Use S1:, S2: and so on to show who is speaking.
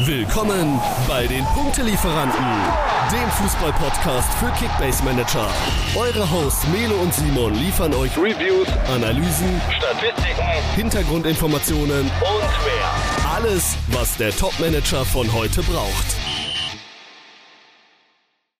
S1: Willkommen bei den Punktelieferanten, dem Fußballpodcast für Kickbase Manager. Eure Hosts Melo und Simon liefern euch Reviews, Analysen,
S2: Statistiken
S1: Hintergrundinformationen
S2: und mehr.
S1: Alles, was der Top-Manager von heute braucht.